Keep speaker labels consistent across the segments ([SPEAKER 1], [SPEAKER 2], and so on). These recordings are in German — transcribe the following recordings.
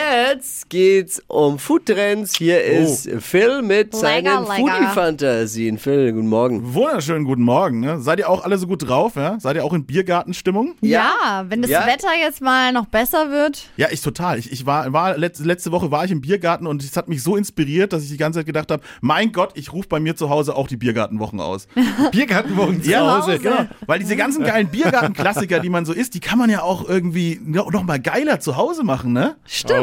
[SPEAKER 1] Jetzt geht's um Foodtrends. Hier
[SPEAKER 2] Oh.
[SPEAKER 1] ist Phil mit seinen
[SPEAKER 3] lecker.
[SPEAKER 1] Foodie-Fantasien. Phil, guten Morgen.
[SPEAKER 2] Wunderschönen guten Morgen. Ne? Seid ihr auch alle so gut drauf? Ja? Seid ihr auch in Biergartenstimmung?
[SPEAKER 1] Ja.
[SPEAKER 3] Ja, wenn das
[SPEAKER 1] Ja.
[SPEAKER 3] Wetter jetzt mal noch besser wird.
[SPEAKER 2] Ja, ich total. Ich, ich war, war letz- letzte Woche war ich im Biergarten und es hat mich so inspiriert, dass ich die ganze Zeit gedacht habe: Mein Gott, ich rufe bei mir zu Hause auch die Biergartenwochen aus.
[SPEAKER 4] Biergartenwochen zu
[SPEAKER 2] Ja,
[SPEAKER 4] Hause.
[SPEAKER 2] genau. Weil diese ganzen geilen Biergartenklassiker, die man so isst, die kann man ja auch irgendwie no- noch mal geiler zu Hause machen, ne?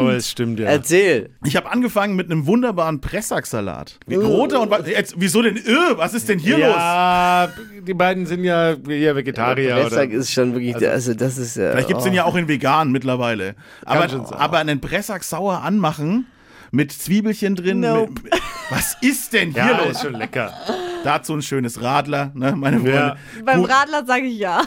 [SPEAKER 4] Oh, es stimmt, ja.
[SPEAKER 1] Erzähl.
[SPEAKER 2] Ich habe angefangen mit einem wunderbaren Pressacksalat.
[SPEAKER 4] Äh.
[SPEAKER 2] Wie roter und wa- jetzt, wieso denn? Äh, was ist denn hier los?
[SPEAKER 4] ja, die beiden sind ja eher Vegetarier.
[SPEAKER 1] Pressack
[SPEAKER 4] oder?
[SPEAKER 1] ist schon wirklich, also, das ist oh. ja.
[SPEAKER 2] Vielleicht gibt's den ja auch in vegan mittlerweile.
[SPEAKER 4] Ah. schon sein.
[SPEAKER 2] Aber, aber einen Pressack sauer anmachen mit Zwiebelchen drin.
[SPEAKER 1] Nope.
[SPEAKER 2] Mit, was ist denn hier
[SPEAKER 4] ja,
[SPEAKER 2] los?
[SPEAKER 4] ist schon lecker.
[SPEAKER 2] Dazu ein schönes Radler, ne, meine Freunde.
[SPEAKER 4] Ja.
[SPEAKER 3] Beim
[SPEAKER 2] Gut,
[SPEAKER 3] Radler sage ich ja.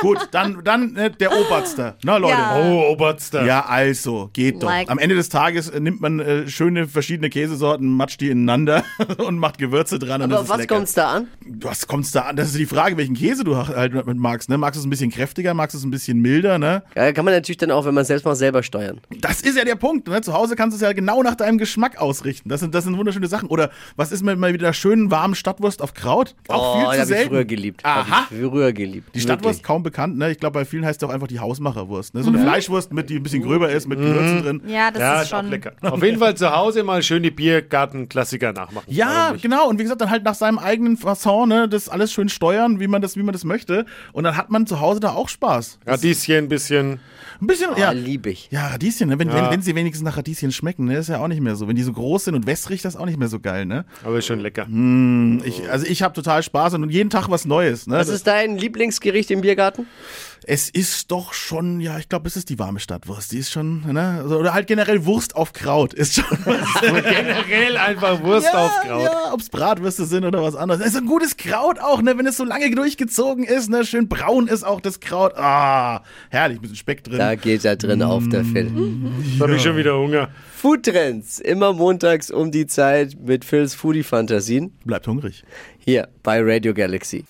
[SPEAKER 2] gut, dann, dann ne, der Oberster. Na Leute.
[SPEAKER 3] Ja.
[SPEAKER 4] Oh, Oberster.
[SPEAKER 2] Ja, also, geht doch.
[SPEAKER 3] Like-
[SPEAKER 2] Am Ende des Tages äh, nimmt man äh, schöne verschiedene Käsesorten, matscht die ineinander und macht Gewürze dran. und das
[SPEAKER 1] Aber
[SPEAKER 2] ist
[SPEAKER 1] was
[SPEAKER 2] lecker.
[SPEAKER 1] kommt's da an?
[SPEAKER 2] Was kommt's da an? Das ist die Frage, welchen Käse du halt mit magst. Ne? Magst du es ein bisschen kräftiger, magst du es ein bisschen milder? Ne?
[SPEAKER 1] Ja, kann man natürlich dann auch, wenn man selbst macht, selber steuern.
[SPEAKER 2] Das ist ja der Punkt. Ne? Zu Hause kannst du es ja genau nach deinem Geschmack ausrichten. Das sind, das sind wunderschöne Sachen. Oder was ist mit mal wieder schönen warmen Stadtwurst auf Kraut? Auch
[SPEAKER 1] oh,
[SPEAKER 2] viel
[SPEAKER 1] hab
[SPEAKER 2] zu
[SPEAKER 1] ich früher
[SPEAKER 2] selten.
[SPEAKER 1] geliebt.
[SPEAKER 2] Aha.
[SPEAKER 1] Hab ich früher geliebt.
[SPEAKER 2] Die Stadtwurst
[SPEAKER 1] Wirklich.
[SPEAKER 2] kaum bekannt, ne? Ich glaube, bei vielen heißt es auch einfach die Hausmacherwurst. Ne? So
[SPEAKER 4] Mhm.
[SPEAKER 2] eine Fleischwurst, mit, die ein bisschen gröber ist, mit Gewürzen drin.
[SPEAKER 3] Ja, das
[SPEAKER 4] ja,
[SPEAKER 3] ist
[SPEAKER 4] auch
[SPEAKER 3] schon.
[SPEAKER 4] lecker. Auf jeden Fall zu Hause mal schön die Biergartenklassiker nachmachen.
[SPEAKER 2] Ja,
[SPEAKER 4] Warum nicht?
[SPEAKER 2] genau. Und wie gesagt, dann halt nach seinem eigenen Fasson, ne, das alles schön steuern, wie man das, wie man das möchte. Und dann hat man zu Hause da auch Spaß.
[SPEAKER 4] Radieschen ein bisschen.
[SPEAKER 2] Ein bisschen,
[SPEAKER 1] Ja,
[SPEAKER 2] ja.
[SPEAKER 1] Oh, lieb ich.
[SPEAKER 2] Ja, Radieschen, ne? wenn,
[SPEAKER 4] Oh, Ja.
[SPEAKER 2] Wenn, wenn sie wenigstens nach Radieschen schmecken, ne? ist ja auch nicht mehr so. Wenn die so groß sind und wässrig, das ist auch nicht mehr so geil, ne?
[SPEAKER 4] Aber ist schon lecker. Oh.
[SPEAKER 2] Ich, also ich habe total Spaß und jeden Tag was Neues, ne?
[SPEAKER 1] Was ist dein Lieblingsgericht im Biergarten?
[SPEAKER 2] es ist doch schon, ja, ich glaube, es ist die warme Stadtwurst. Die ist schon, ne? Also, oder halt generell Wurst auf Kraut ist schon was.
[SPEAKER 4] Generell einfach Wurst auf Kraut.
[SPEAKER 2] Ja, ob's Bratwürste sind oder was anderes. Es ist ein gutes Kraut auch, ne? Wenn es so lange durchgezogen ist, ne? Schön braun ist auch das Kraut. Ah, herrlich, bisschen Speck drin.
[SPEAKER 1] Da geht er drin auf der Phil.
[SPEAKER 4] Jetzt habe ich schon wieder Hunger.
[SPEAKER 1] Foodtrends. Immer montags um die Zeit mit Phils Foodie-Fantasien.
[SPEAKER 2] Bleibt hungrig.
[SPEAKER 1] Hier bei Radio Galaxy.